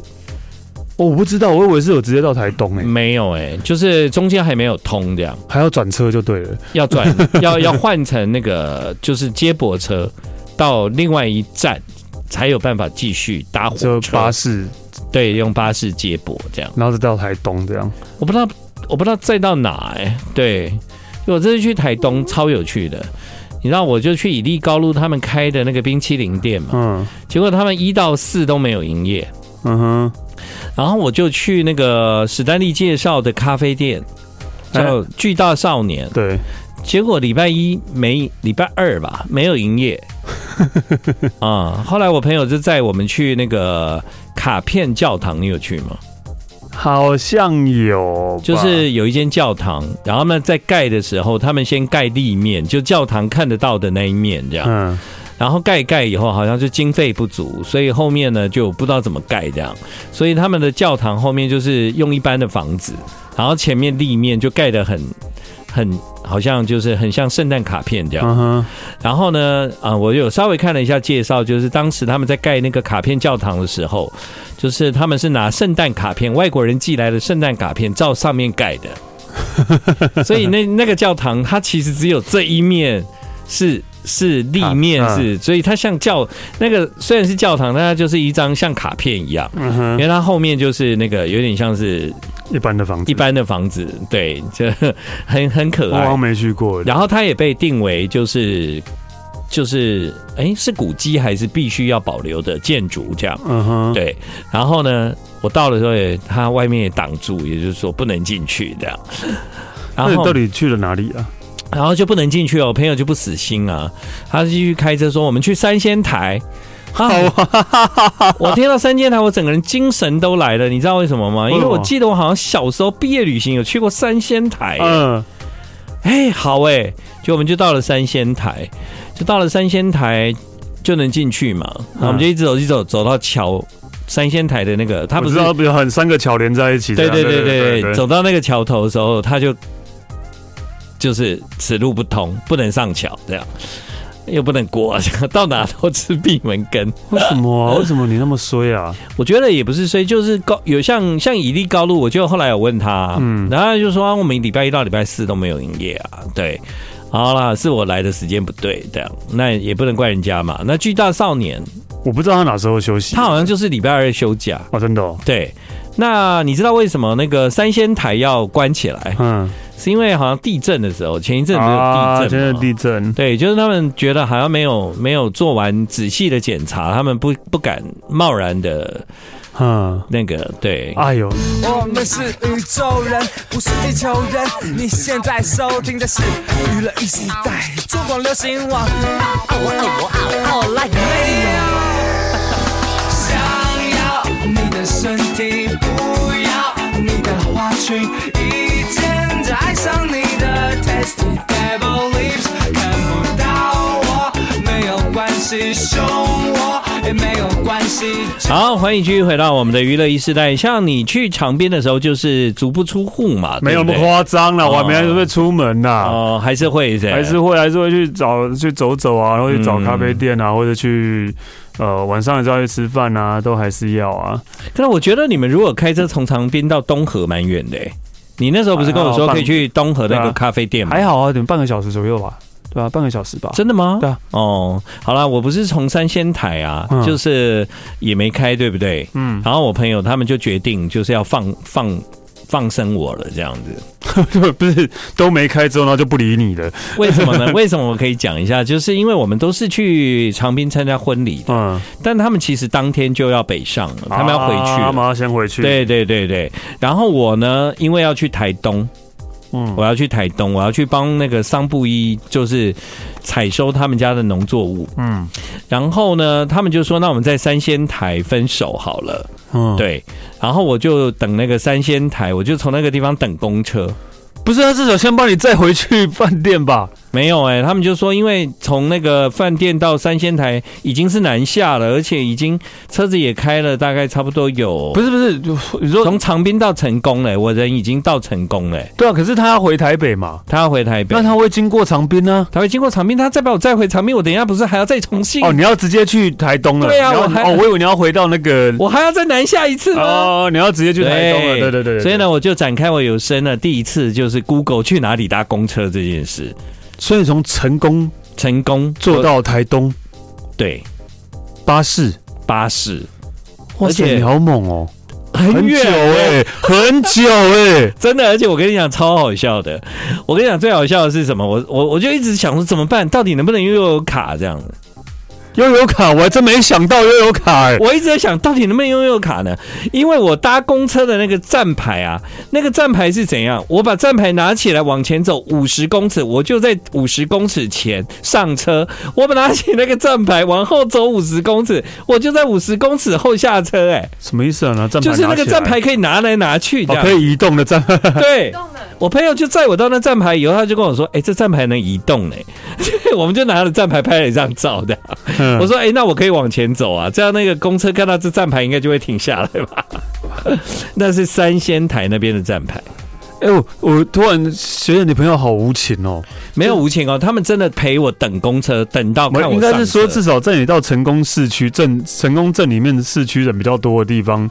Speaker 3: 哦，我不知道，我以为是有直接到台东哎、
Speaker 2: 没有哎、就是中间还没有通，这样
Speaker 3: 还要转车就对了。
Speaker 2: 要转 要要换成那个就是接驳车到另外一站。才有办法继续搭火
Speaker 3: 就
Speaker 2: 车，
Speaker 3: 巴士，
Speaker 2: 对，用巴士接驳这样。
Speaker 3: 然后就到台东这样。
Speaker 2: 我不知道，我不知道再到哪哎、对，我这次去台东超有趣的，你知道，我就去以利高路他们开的那个冰淇淋店嘛，
Speaker 3: 嗯
Speaker 2: 结果他们一到四都没有营业，
Speaker 3: 嗯哼，
Speaker 2: 然后我就去那个史丹利介绍的咖啡店，
Speaker 3: 哎
Speaker 2: 叫巨大少年。
Speaker 3: 对，
Speaker 2: 结果礼拜一没，礼拜二吧没有营业。啊、后来我朋友就载我们去那个卡片教堂，你有去吗？
Speaker 3: 好像有吧，
Speaker 2: 就是有一间教堂，然后呢，在盖的时候，他们先盖立面，就教堂看得到的那一面这样。
Speaker 3: 嗯
Speaker 2: 然后盖一盖以后，好像就经费不足，所以后面呢就不知道怎么盖这样，所以他们的教堂后面就是用一般的房子，然后前面立面就盖得很很好像就是很像圣诞卡片这样。
Speaker 3: 嗯哼，
Speaker 2: 然后呢，啊、我有稍微看了一下介绍，就是当时他们在盖那个卡片教堂的时候，就是他们是拿圣诞卡片，外国人寄来的圣诞卡片照上面盖的， 所以那那个教堂它其实只有这一面是。是立面
Speaker 3: 啊
Speaker 2: 是，所以它像教那个虽然是教堂，但它就是一张像卡片一样，
Speaker 3: 嗯
Speaker 2: 因
Speaker 3: 哼，
Speaker 2: 为它后面就是那个有点像是
Speaker 3: 一般的房子，
Speaker 2: 一般的房子，对，就很很可
Speaker 3: 我
Speaker 2: 爱
Speaker 3: 好。像没去过。
Speaker 2: 然后它也被定为就是就是哎是古迹还是必须要保留的建筑这样。
Speaker 3: 嗯哼，
Speaker 2: 对，然后呢，我到的时候也，它外面也挡住，也就是说不能进去这样。然
Speaker 3: 那你
Speaker 2: 后
Speaker 3: 到，底去了哪里啊？
Speaker 2: 然后就不能进去哦。我朋友就不死心啊，他就继续开车说我们去三仙台。好、
Speaker 3: 啊
Speaker 2: 我听到三仙台，我整个人精神都来了，你知道为什么吗？因为
Speaker 3: 为什么
Speaker 2: 我记得我好像小时候毕业旅行有去过三仙台。
Speaker 3: 嗯，
Speaker 2: 哎、好哎、就我们就到了三仙台，就到了三仙台就能进去嘛。
Speaker 3: 啊
Speaker 2: 然后我们就一直走，一直走，走到桥三仙台的那个，它
Speaker 3: 他
Speaker 2: 不
Speaker 3: 不
Speaker 2: 是
Speaker 3: 知道，比如很三个桥连在一起
Speaker 2: 对
Speaker 3: 这样。
Speaker 2: 对对对对，
Speaker 3: 对
Speaker 2: 走到那个桥头的时候，他就就是此路不通，不能上桥，这样又不能过， 到哪都吃闭门羹。
Speaker 3: 为什么啊？为什么你那么衰啊？
Speaker 2: 我觉得也不是衰，就是高有像像以利高路，我就后来有问他，嗯，
Speaker 3: 嗯
Speaker 2: 然后他就说、啊、我们礼拜一到礼拜四都没有营业啊，对，好啦，是我来的时间不对，这样那也不能怪人家嘛。那巨大少年
Speaker 3: 我不知道他哪时候休息。
Speaker 2: 他好像就是礼拜二休假，
Speaker 3: 哦，真的哦，
Speaker 2: 对。那你知道为什么那个三仙台要关起来？
Speaker 3: 嗯，
Speaker 2: 是因为好像地震的时候，前一阵子有
Speaker 3: 啊，
Speaker 2: 地
Speaker 3: 现
Speaker 2: 震、
Speaker 3: 在
Speaker 2: 嘛。
Speaker 3: 地震，
Speaker 2: 对，就是他们觉得好像没有没有做完仔细的检查，他们不不敢贸然的
Speaker 3: 嗯，
Speaker 2: 那个对
Speaker 3: 哎呦，
Speaker 1: 我们是宇宙人，不是地球人。你现在收听的是娱乐一时代，中广流行网。想要你的身体，不要你的花裙，一见就爱上你的 tasty double lips，看不到我没有关系，凶我也没有关系。
Speaker 2: 好，欢迎继续回到我们的娱乐一时代。像你去场边的时候，就是足不出户嘛，
Speaker 3: 没有那
Speaker 2: 对
Speaker 3: 么
Speaker 2: 不对
Speaker 3: 夸张啦，我还没
Speaker 2: 哦
Speaker 3: 会出门呐，
Speaker 2: 哦，还是会是
Speaker 3: 还是会还是会去找去走走啊，然后去找咖啡店
Speaker 2: 嗯
Speaker 3: 啊，或者去呃晚上也是要去吃饭啊，都还是要啊。
Speaker 2: 可是我觉得你们如果开车从长滨到东河蛮远的、欸，你那时候不是跟我
Speaker 3: 还
Speaker 2: 说
Speaker 3: 啊好吧
Speaker 2: 可以去东河那
Speaker 3: 对
Speaker 2: 个
Speaker 3: 啊
Speaker 2: 咖啡店吗？
Speaker 3: 还好啊，等半个小时左右吧，对吧？半个小时吧。
Speaker 2: 真的吗？
Speaker 3: 对啊。
Speaker 2: 哦，好啦，我不是从三仙台啊，
Speaker 3: 嗯
Speaker 2: 就是也没开，对不对？
Speaker 3: 嗯，
Speaker 2: 然后我朋友他们就决定就是要放放放生我了，这样子。
Speaker 3: 不是都没开之后，然后就不理你了。
Speaker 2: 为什 么呢？为什么我可以讲一下？就是因为我们都是去长滨参加婚礼，
Speaker 3: 嗯，
Speaker 2: 但他们其实当天就要北上了，他们要回
Speaker 3: 啊
Speaker 2: 去
Speaker 3: 他们
Speaker 2: 了。
Speaker 3: 要先回去。，
Speaker 2: 对对对对，然后我呢，因为要去台东，
Speaker 3: 嗯
Speaker 2: 我要去台东，我要去帮那个桑布一，就是采收他们家的农作物。
Speaker 3: 嗯
Speaker 2: 然后呢，他们就说，那我们在三仙台分手好了。
Speaker 3: 嗯，，
Speaker 2: 对，然后我就等那个三仙台，我就从那个地方等公车。
Speaker 3: 不是他至少先帮你载回去饭店吧？
Speaker 2: 没有哎、他们就说，因为从那个饭店到三仙台已经是南下了，而且已经车子也开了，大概差不多有
Speaker 3: 不是不是，就你说
Speaker 2: 哦从长滨到成功了、我人已经到成功了、
Speaker 3: 对啊，可是他要回台北嘛，
Speaker 2: 他要回台北
Speaker 3: 那，他会经过长滨啊呢、
Speaker 2: 他会经过长滨，他再把我载回长滨，我等一下不是还要再重庆？
Speaker 3: 哦，你要直接去台东了？
Speaker 2: 对啊
Speaker 3: 你要
Speaker 2: 我还
Speaker 3: 哦，我以为你要回到那个
Speaker 2: 我还要再南下一次吗？
Speaker 3: 哦，你要直接去台东了？对对对，
Speaker 2: 所以呢，，我就展开我有生了第一次就是 Google 去哪里搭公车这件事，
Speaker 3: 所以从成功
Speaker 2: 成功
Speaker 3: 坐到台东
Speaker 2: 对
Speaker 3: 巴士，
Speaker 2: 巴士，
Speaker 3: 哇
Speaker 2: 而
Speaker 3: 塞，
Speaker 2: 且
Speaker 3: 你好猛哦，
Speaker 2: 很
Speaker 3: 久
Speaker 2: 远欸
Speaker 3: 哎、很久哎、
Speaker 2: 真的，而且我跟你讲超好笑的，我跟你讲最好笑的是什么？我我我就一直想说怎么办，到底能不能悠游卡这样子？
Speaker 3: 悠游卡，我还真没想到悠游卡 哎、
Speaker 2: 我一直在想到底能不能悠游卡呢？因为我搭公车的那个站牌啊，那个站牌是怎样？我把站牌拿起来往前走五十公尺，我就在五十公尺前上车；我把拿起那个站牌往后走五十公尺，我就在五十公尺后下车、哎，
Speaker 3: 什么意思啊？拿站牌
Speaker 2: 就是那个
Speaker 3: 拿起来
Speaker 2: 站牌可以拿来拿去这
Speaker 3: 哦，
Speaker 2: 样。
Speaker 3: 可以移动的站，
Speaker 2: 对，我朋友就载我到那站牌以后，他就跟我说：“哎、这站牌能移动呢、 我们就拿了站牌拍了一张照的。
Speaker 3: 嗯
Speaker 2: 我说：“哎、那我可以往前走啊，这样那个公车看到这站牌应该就会停下来吧？” 那是三仙台那边的站牌，
Speaker 3: 哎、我我突然觉得你朋友好无情哦。
Speaker 2: 没有无情哦，他们真的陪我等公车，等到
Speaker 3: 我
Speaker 2: 看我
Speaker 3: 应该
Speaker 2: 上
Speaker 3: 是说，
Speaker 2: 车
Speaker 3: 至少在你到成功市区镇、成功镇里面的市区人比较多的 地方，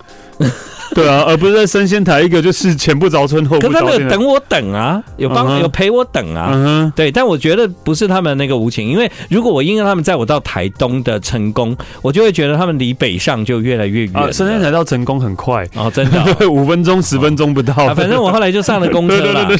Speaker 3: 对啊，而不是在生仙台一个就是前不着村后
Speaker 2: 可
Speaker 3: 不
Speaker 2: 是他
Speaker 3: 着
Speaker 2: 们
Speaker 3: 店
Speaker 2: 有
Speaker 3: 的。
Speaker 2: 等我等啊，有帮、
Speaker 3: 嗯哼
Speaker 2: 有陪我等啊。
Speaker 3: 嗯
Speaker 2: 对，但我觉得不是他们那个无情，因为如果我应让他们载我到台东的成功，我就会觉得他们离北上就越来越远
Speaker 3: 哼，
Speaker 2: 了。
Speaker 3: 啊，生仙台到成功很快，
Speaker 2: 哦，真的哦、
Speaker 3: 对， 五分钟、十分钟不到。
Speaker 2: 啊，反 正我后来就上了公车了。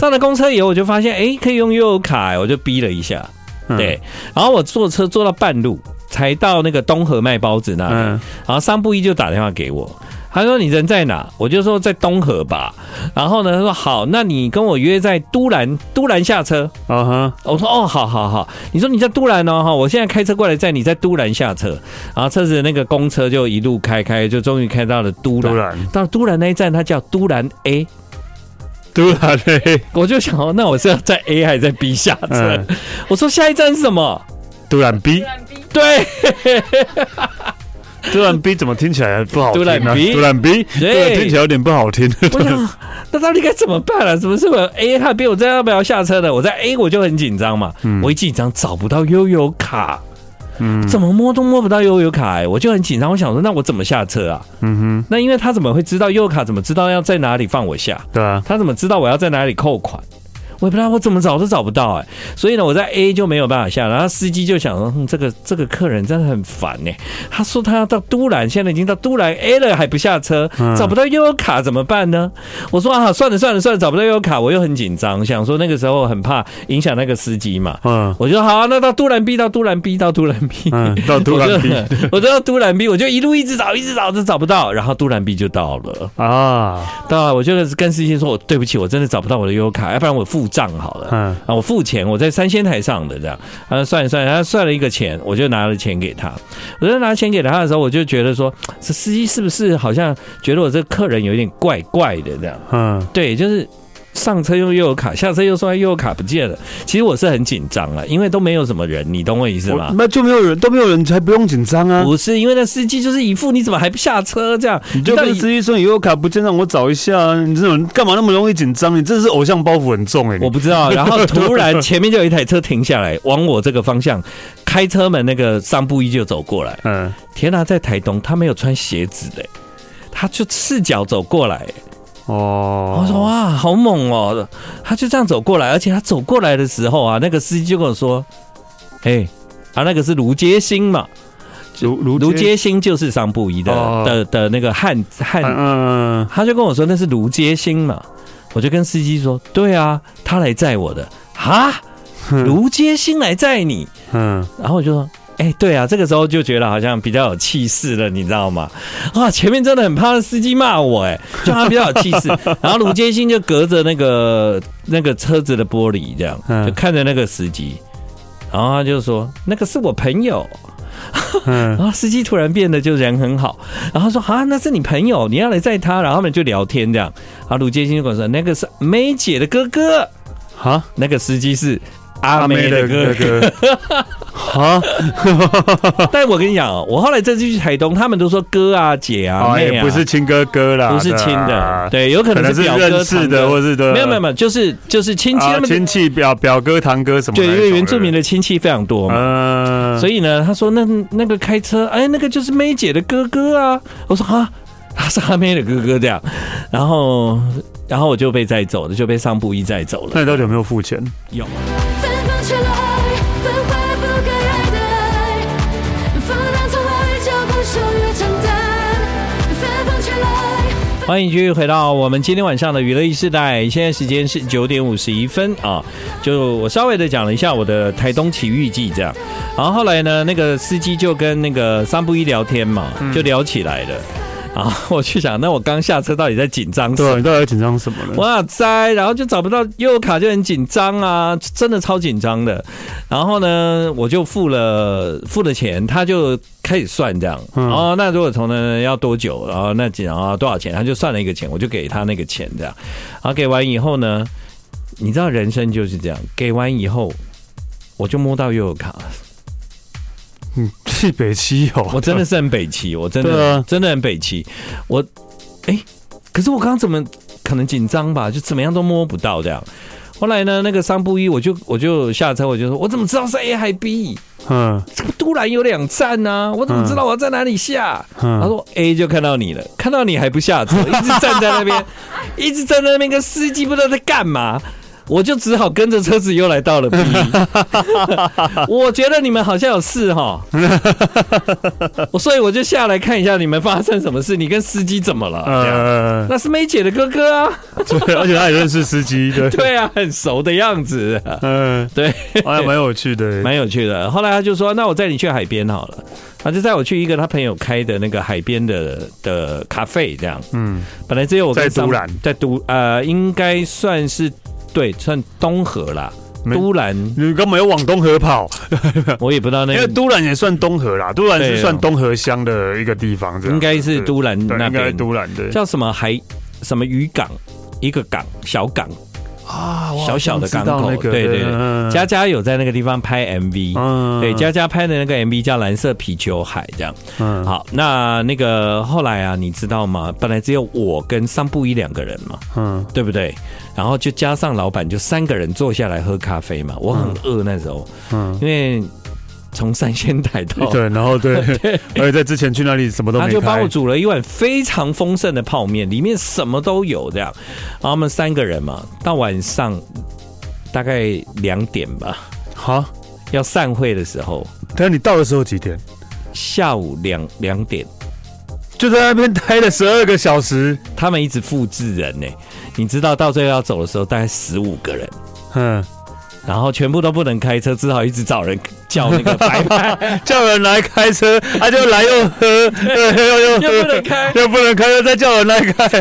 Speaker 2: 上了公车以后，我就发现，哎、可以用悠游卡、我就逼了一下。
Speaker 3: 嗯
Speaker 2: 对，，然后我坐车坐到半路，才到那个东河卖包子那里，
Speaker 3: 嗯，
Speaker 2: 然后桑布一就打电话给我。他说你人在哪？我就说在东河吧。然后呢，他说好，那你跟我约在都兰，都兰下车。
Speaker 3: 啊哈，
Speaker 2: 我说哦，好好好。你说你在都兰哦，哈，我现在开车过来载你在都兰下车。然后车子那个公车就一路开开，就终于开到了都兰
Speaker 3: 突。然，
Speaker 2: 到都兰那一站，它叫都兰 A，
Speaker 3: 突然嘞，
Speaker 2: 我就想哦，那我是要在 A 还是在 B 下车？
Speaker 3: 嗯
Speaker 2: 我说下一站是什么？
Speaker 3: 突然 B，
Speaker 2: 对
Speaker 3: 突然 B 怎么听起来不好听
Speaker 2: 突然
Speaker 3: 呢？
Speaker 2: 逼
Speaker 3: 突然 B，
Speaker 2: 对
Speaker 3: 听起来有点不好听。
Speaker 2: 我想那到底该怎么办啊？怎么是我 A 和 B？我这样要不要下车呢？我在 A 我就很紧张嘛，
Speaker 3: 嗯
Speaker 2: 我一紧张找不到悠游卡，
Speaker 3: 嗯
Speaker 2: 怎么摸都摸不到悠游卡、哎，我就很紧张。我想说，那我怎么下车啊？
Speaker 3: 嗯
Speaker 2: 那因为他怎么会知道悠游卡？怎么知道要在哪里放我下？
Speaker 3: 哼， 对啊，
Speaker 2: 他怎么知道我要在哪里扣款？我也不知道我怎么找都找不到哎、所以呢，我在 A 就没有办法下，然后司机就想说，嗯、这个这个客人真的很烦呢、他说他要到都兰，现在已经到都兰 A 了，还不下车，
Speaker 3: 嗯
Speaker 2: 找不到悠游卡怎么办呢？我说啊，算了算了算了，找不到悠游卡，我又很紧张，想说那个时候很怕影响那个司机嘛。
Speaker 3: 嗯
Speaker 2: 我就好、啊，那到都兰 B 到都兰 B 到都兰 B，
Speaker 3: 嗯， 到突然 B
Speaker 2: 我就我就到都兰 B，我就一路一直找，一直找，都找不到，然后都兰 B 就到了。
Speaker 3: 啊，
Speaker 2: 当然，我就是跟司机说，我对不起，我真的找不到我的悠游卡，要不然我付账好了。
Speaker 3: 嗯
Speaker 2: 啊，我付钱，我在三仙台上的这样，他说算一算，他算了一个钱，我就拿了钱给他。我在拿钱给他的时候，我就觉得说，这司机是不是好像觉得我这客人有点怪怪的这样？
Speaker 3: 嗯
Speaker 2: 对，就是上车用悠游卡，下车又说哎悠游卡不见了。其实我是很紧张啊，因为都没有什么人，你懂我意思
Speaker 3: 我
Speaker 2: 吗？
Speaker 3: 那就没有人都没有人，才不用紧张啊！
Speaker 2: 不是，因为那司机就是一副你怎么还不下车这样，
Speaker 3: 你就
Speaker 2: 到
Speaker 3: 跟
Speaker 2: 底
Speaker 3: 司机说，你有卡不见让我找一下啊！你这种人干嘛那么容易紧张？你真的是偶像包袱很重哎、
Speaker 2: 我
Speaker 3: 你
Speaker 2: 不知 道。然后突然前面就有一台车停下来，往我这个方向开车门那个上布衣就走过来。
Speaker 3: 嗯，
Speaker 2: 天哪、在台东他没有穿鞋子嘞、他就赤脚走过来、
Speaker 3: 哦，
Speaker 2: 我说哇，好猛哦！他就这样走过来，而且他走过来的时候啊，那个司机就跟我说：“哎，啊，那个是卢杰兴嘛，
Speaker 3: 卢卢
Speaker 2: 卢杰兴就是桑布宜的、
Speaker 3: 哦
Speaker 2: 的的那个汉汉
Speaker 3: 嗯，嗯，嗯
Speaker 2: 他就跟我说那是卢杰兴嘛，我就跟司机说：对啊，他来载我的啊，卢杰兴来载你。
Speaker 3: 嗯，
Speaker 2: 然后我就说。哎、对啊，这个时候就觉得好像比较有气势了，你知道吗？啊，前面真的很怕司机骂我、哎，就他比较有气势。然后卢杰兴就隔着那个那个车子的玻璃，这样
Speaker 3: 嗯
Speaker 2: 就看着那个司机，然后他就说：“那个是我朋友。”
Speaker 3: 嗯
Speaker 2: 然后司机突然变得就人很好，然后说啊，那是你朋友，你要来载他，然后他们就聊天这样。然后卢杰兴就跟我说，那个是梅姐的哥哥，
Speaker 3: 哈，
Speaker 2: 那个司机是阿梅的哥哥。
Speaker 3: 哥，哈，
Speaker 2: 但我跟你讲哦，我后来这次去台东，他们都说哥啊、姐啊、
Speaker 3: 哦，
Speaker 2: 妹
Speaker 3: 也
Speaker 2: 啊，
Speaker 3: 不是亲哥哥啦，啊
Speaker 2: 不是亲的，，对，有可
Speaker 3: 可
Speaker 2: 能
Speaker 3: 能
Speaker 2: 是
Speaker 3: 是
Speaker 2: 表哥
Speaker 3: 认识的，或
Speaker 2: 是
Speaker 3: 是的，
Speaker 2: 没有没有没有，就是就是亲戚
Speaker 3: 啊
Speaker 2: 他们
Speaker 3: 亲戚表表哥堂哥什么
Speaker 2: 对，
Speaker 3: 那一
Speaker 2: 因
Speaker 3: 种，
Speaker 2: 为原住民的亲戚非常多嘛。
Speaker 3: 嗯，
Speaker 2: 所
Speaker 3: 以
Speaker 2: 以呢，他说那那个开车，哎，那个就是梅姐的哥哥啊。我说啊，他是阿妹的哥哥这样，然后然后我就被载走了，就被上布衣载走
Speaker 3: 那
Speaker 2: 了。
Speaker 3: 你到底有没有付钱？
Speaker 2: 有
Speaker 6: 芬芳去了爱，繁华不该爱的爱，放荡从来就不属于承担。芬芳去了爱。
Speaker 2: 欢迎继续回到我们今天晚上的娱乐一世代，现在时间是九点五十一分啊。就我稍微的讲了一下我的台东奇遇记这样，然后后来呢，那个司机就跟那个桑布伊聊天嘛，就聊起来了。啊，我去想，那我刚下车到底在紧张什
Speaker 3: 对
Speaker 2: 么
Speaker 3: 啊，？你到底要紧张什么呢？
Speaker 2: 哇塞，然后就找不到悠游卡，就很紧张啊，真的超紧张的。然后呢，我就付了付了钱，他就开始算这样。
Speaker 3: 嗯
Speaker 2: 哦，那如果从呢要多久？然后那几然后多少钱？他就算了一个钱，我就给他那个钱这样。然后给完以后呢，你知道人生就是这样，给完以后。我就摸到悠游卡了，
Speaker 3: 嗯，去北七有，
Speaker 2: 我真的是很北齐，我真
Speaker 3: 对
Speaker 2: 的、
Speaker 3: 啊
Speaker 2: 真的很北齐。我，哎、可是我刚刚怎么可能紧张吧？就怎么样都摸不到这样。后来呢，那个桑布一，我就我就下车，我就说，我怎么知道是 A 还 B？
Speaker 3: 嗯
Speaker 2: 这个突然有两站呢、我怎么知道我要在哪里下？
Speaker 3: 嗯
Speaker 2: 他说 A 就看到你了，看到你还不下车，一直站在那边，一直站在那边，跟司机不知道在干嘛。我就只好跟着车子又来到了 B，我觉得你们好像有事哈，我所以我就下来看一下你们发生什么事，你跟司机怎么了？这样
Speaker 3: 呃，
Speaker 2: 那是梅姐的哥哥啊，
Speaker 3: 对，而且他也认识司机，对，
Speaker 2: 对啊，很熟的样子，
Speaker 3: 嗯，
Speaker 2: 对，
Speaker 3: 好像蛮有趣的，
Speaker 2: 蛮有趣的。后来他就说：“那我载你去海边好了。”他就载我去一个他朋友开的那个海边的的咖啡，这样。
Speaker 3: 嗯，
Speaker 2: 本来只有我跟
Speaker 3: 在都
Speaker 2: 上
Speaker 3: 兰
Speaker 2: 在都呃，应该算是对，算东河啦。
Speaker 3: 没
Speaker 2: 都 兰，
Speaker 3: 你干嘛要往东河 跑？
Speaker 2: 我也不知道那
Speaker 3: 因为
Speaker 2: 个，
Speaker 3: 都兰也算东河啦，都兰
Speaker 2: 对哦
Speaker 3: 是算东河乡的一个地方，这样
Speaker 2: 应该是都兰
Speaker 3: 对，
Speaker 2: 那
Speaker 3: 应该
Speaker 2: 边
Speaker 3: 都兰对。
Speaker 2: 叫什么海什么渔港，一个港小港，
Speaker 3: 啊，我好
Speaker 2: 小小的
Speaker 3: 像
Speaker 2: 港
Speaker 3: 知道
Speaker 2: 口。
Speaker 3: 那个
Speaker 2: 对对对，
Speaker 3: 嗯
Speaker 2: 佳佳有在那个地方拍 MV。
Speaker 3: 嗯
Speaker 2: 对，佳佳拍的那个 MV 叫《蓝色皮球海》这样。
Speaker 3: 嗯
Speaker 2: 好，那那个后来啊，你知道吗？本来只有我跟桑布伊两个人嘛，
Speaker 3: 嗯
Speaker 2: 对不对？然后就加上老板，就三个人坐下来喝咖啡嘛。我很饿那时候，
Speaker 3: 嗯，
Speaker 2: 因为从三仙台到，
Speaker 3: 对，然 后对，而且在之前去那里什么都
Speaker 2: 他
Speaker 3: 没
Speaker 2: 就帮
Speaker 3: 开
Speaker 2: 我，煮了一碗非常丰盛的泡面，里面什么都有这样。然后我们三个人嘛，到晚上大概两点吧，
Speaker 3: 好，
Speaker 2: 要散会的时候，
Speaker 3: 但你到的时候几点？
Speaker 2: 下午两两点。
Speaker 3: 就在那边待了十二个小时，
Speaker 2: 他们一直复制人呢、你知道到最后要走的时候，大概十五个人，
Speaker 3: 嗯，
Speaker 2: 然后全部都不能开车，只好一直找人叫那个白 牌，
Speaker 3: 叫人来开车，啊，就来 又喝，又又
Speaker 2: 又不能开
Speaker 3: 又不能开，又再叫人来开，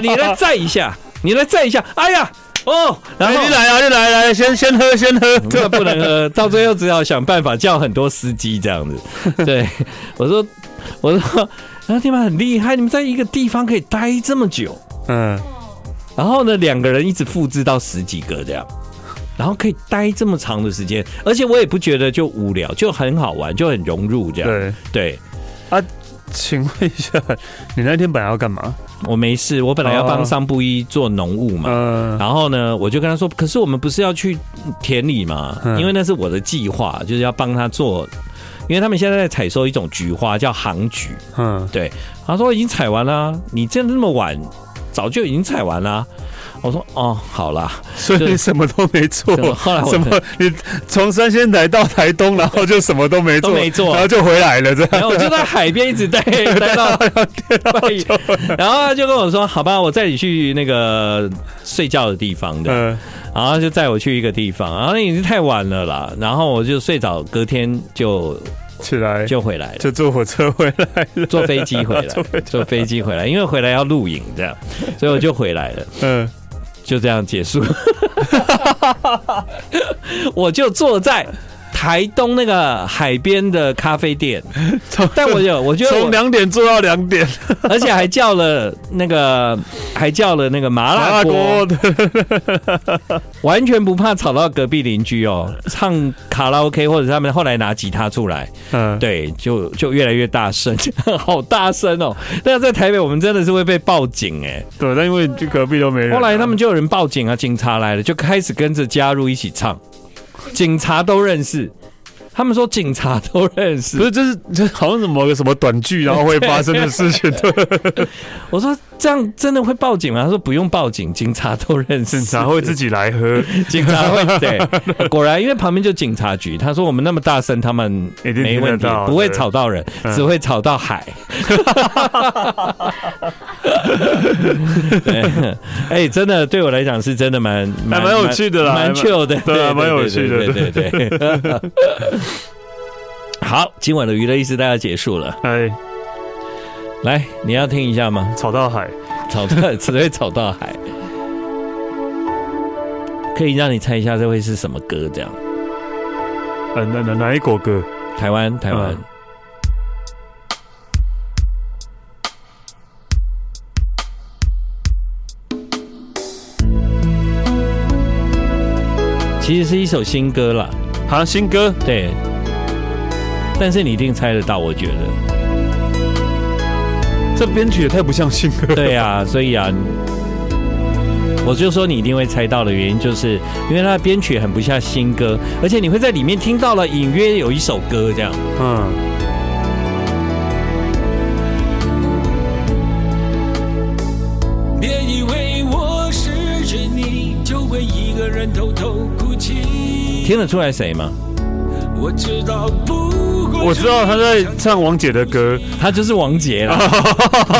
Speaker 2: 你来载一下，你来载一下，哎呀，哦，然
Speaker 3: 然
Speaker 2: 后
Speaker 3: 后你来啊，你来来，先先喝，先喝，
Speaker 2: 这个不能喝，到最后只好想办法叫很多司机这样子。对，我啊说，我说，然后你们很厉害，你们在一个地方可以待这么久。
Speaker 3: 嗯，
Speaker 2: 然后呢，两个人一直复制到十几个这样。然后可以待这么长的时间，而且我也不觉得就无聊，就很好玩，就很融入这样。
Speaker 3: 对，
Speaker 2: 对
Speaker 3: 请问一下，你那天本来要干嘛？
Speaker 2: 我没事，我本来要帮上布一做农务嘛，
Speaker 3: 呃，
Speaker 2: 然后呢，我就跟他说，可是我们不是要去田里嘛，
Speaker 3: 嗯
Speaker 2: 因为那是我的计划，就是要帮他做，因为他们现在在采收一种菊花叫杭菊，
Speaker 3: 嗯，
Speaker 2: 对，他说已经采完啦，你这那么晚，早就已经采完啦。我说哦，好啦，
Speaker 3: 所以
Speaker 2: 就
Speaker 3: 你什么都没做
Speaker 2: 对，后来我
Speaker 3: 什么？你从三仙台到台东，然后就什么都没做，
Speaker 2: 都没做
Speaker 3: 然后就回来了，这
Speaker 2: 然后
Speaker 3: 样。
Speaker 2: 我就在海边一直 待待到
Speaker 3: 啊
Speaker 2: 半夜，然后他就跟我说，好吧，我载你去那个睡觉的地方的，
Speaker 3: 嗯，
Speaker 2: 然后就载我去一个地方，然后那已经太晚了啦，然后我就睡着，隔天就
Speaker 3: 起来就
Speaker 2: 就回来了，
Speaker 3: 就坐火车回来了。
Speaker 2: 坐飞机回
Speaker 3: 坐
Speaker 2: 来， 坐飞机回来，因为回来要录影这样，所以我就回来了，
Speaker 3: 嗯，
Speaker 2: 就这样结束。 我就坐在台东那个海边的咖啡店，
Speaker 3: 从
Speaker 2: 但我 有，我觉得
Speaker 3: 从
Speaker 2: 我
Speaker 3: 两点做到两点，
Speaker 2: 而且还叫了那个，还叫了那个麻辣锅，
Speaker 3: 的
Speaker 2: 完全不怕吵到隔壁邻居哦。唱卡拉 OK 或者他们后来拿吉他出来，
Speaker 3: 嗯，
Speaker 2: 对，就就越来越大声， 好大声哦。那在台北，我们真的是会被报警哎、
Speaker 3: 对，但因为就隔壁都没人啊。
Speaker 2: 后来他们就有人报警啊，警察来了，就开始跟着加入一起唱，警察都认识。他们说警察都认识
Speaker 3: 不，是，这是这好像是某个什么短剧，然后会发生的 事情，对，
Speaker 2: 我说这样真的会报警吗？他说不用报警，警察都认识，
Speaker 3: 警察会自己来喝，
Speaker 2: 警察会对，果然因为旁边就警察局，他说我们那么大声，他们
Speaker 3: 一定
Speaker 2: 没问题
Speaker 3: 听得到，
Speaker 2: 不会
Speaker 3: 对
Speaker 2: 吵到人，
Speaker 3: 嗯
Speaker 2: 只会吵到 海。 对，哎，真的对我来讲是真的蛮
Speaker 3: 还蛮有趣的啦还
Speaker 2: 蛮
Speaker 3: 蛮
Speaker 2: chill 的，
Speaker 3: 对啊蛮有趣的
Speaker 2: 对对对对对。 好，今晚的娱乐意识大概结束了，
Speaker 3: 哎，
Speaker 2: 来，你要听一下吗？
Speaker 3: 吵到海，
Speaker 2: 吵到 只会吵到海，可以让你猜一下这会是什么歌？这样，
Speaker 3: 呃，哪哪哪一国歌？
Speaker 2: 台湾，台湾。
Speaker 3: 嗯
Speaker 2: 其实是一首新歌啦，
Speaker 3: 好，新歌，
Speaker 2: 对。但是你一定猜得到，我觉得。
Speaker 3: 这编曲也太不像新歌了，
Speaker 2: 对啊，所以啊，我就说你一定会猜到的原因，就是因为它的编曲很不像新歌，而且你会在里面听到了隐约有一首歌这样。
Speaker 3: 嗯，
Speaker 1: 别以为我失去你就会一个人偷偷哭泣。
Speaker 2: 听得出来谁吗？
Speaker 1: 我知道不过
Speaker 3: 我知道他在唱王姐的歌，
Speaker 2: 他就是王杰 啦。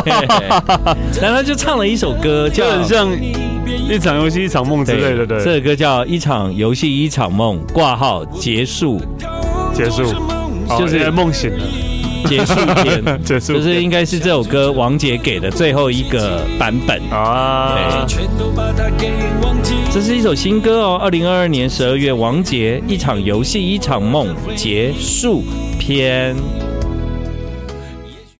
Speaker 2: 对然后他就唱了一首歌叫
Speaker 3: 就很像
Speaker 1: 你
Speaker 3: 一场游戏一场梦之类
Speaker 2: 这
Speaker 3: 的，对，
Speaker 2: 首歌叫《一场游戏一场梦》，挂号结束，
Speaker 3: 结束好
Speaker 2: 就是
Speaker 3: 现在梦醒了，，
Speaker 2: 结束篇
Speaker 3: 结束
Speaker 2: 就是应该是这首歌王杰给的最后一个版本。
Speaker 3: 啊，
Speaker 1: 全都把它给忘记。
Speaker 2: 这是一首新歌哦，二零二二年十二月，王杰《一场游戏一场梦》结束篇。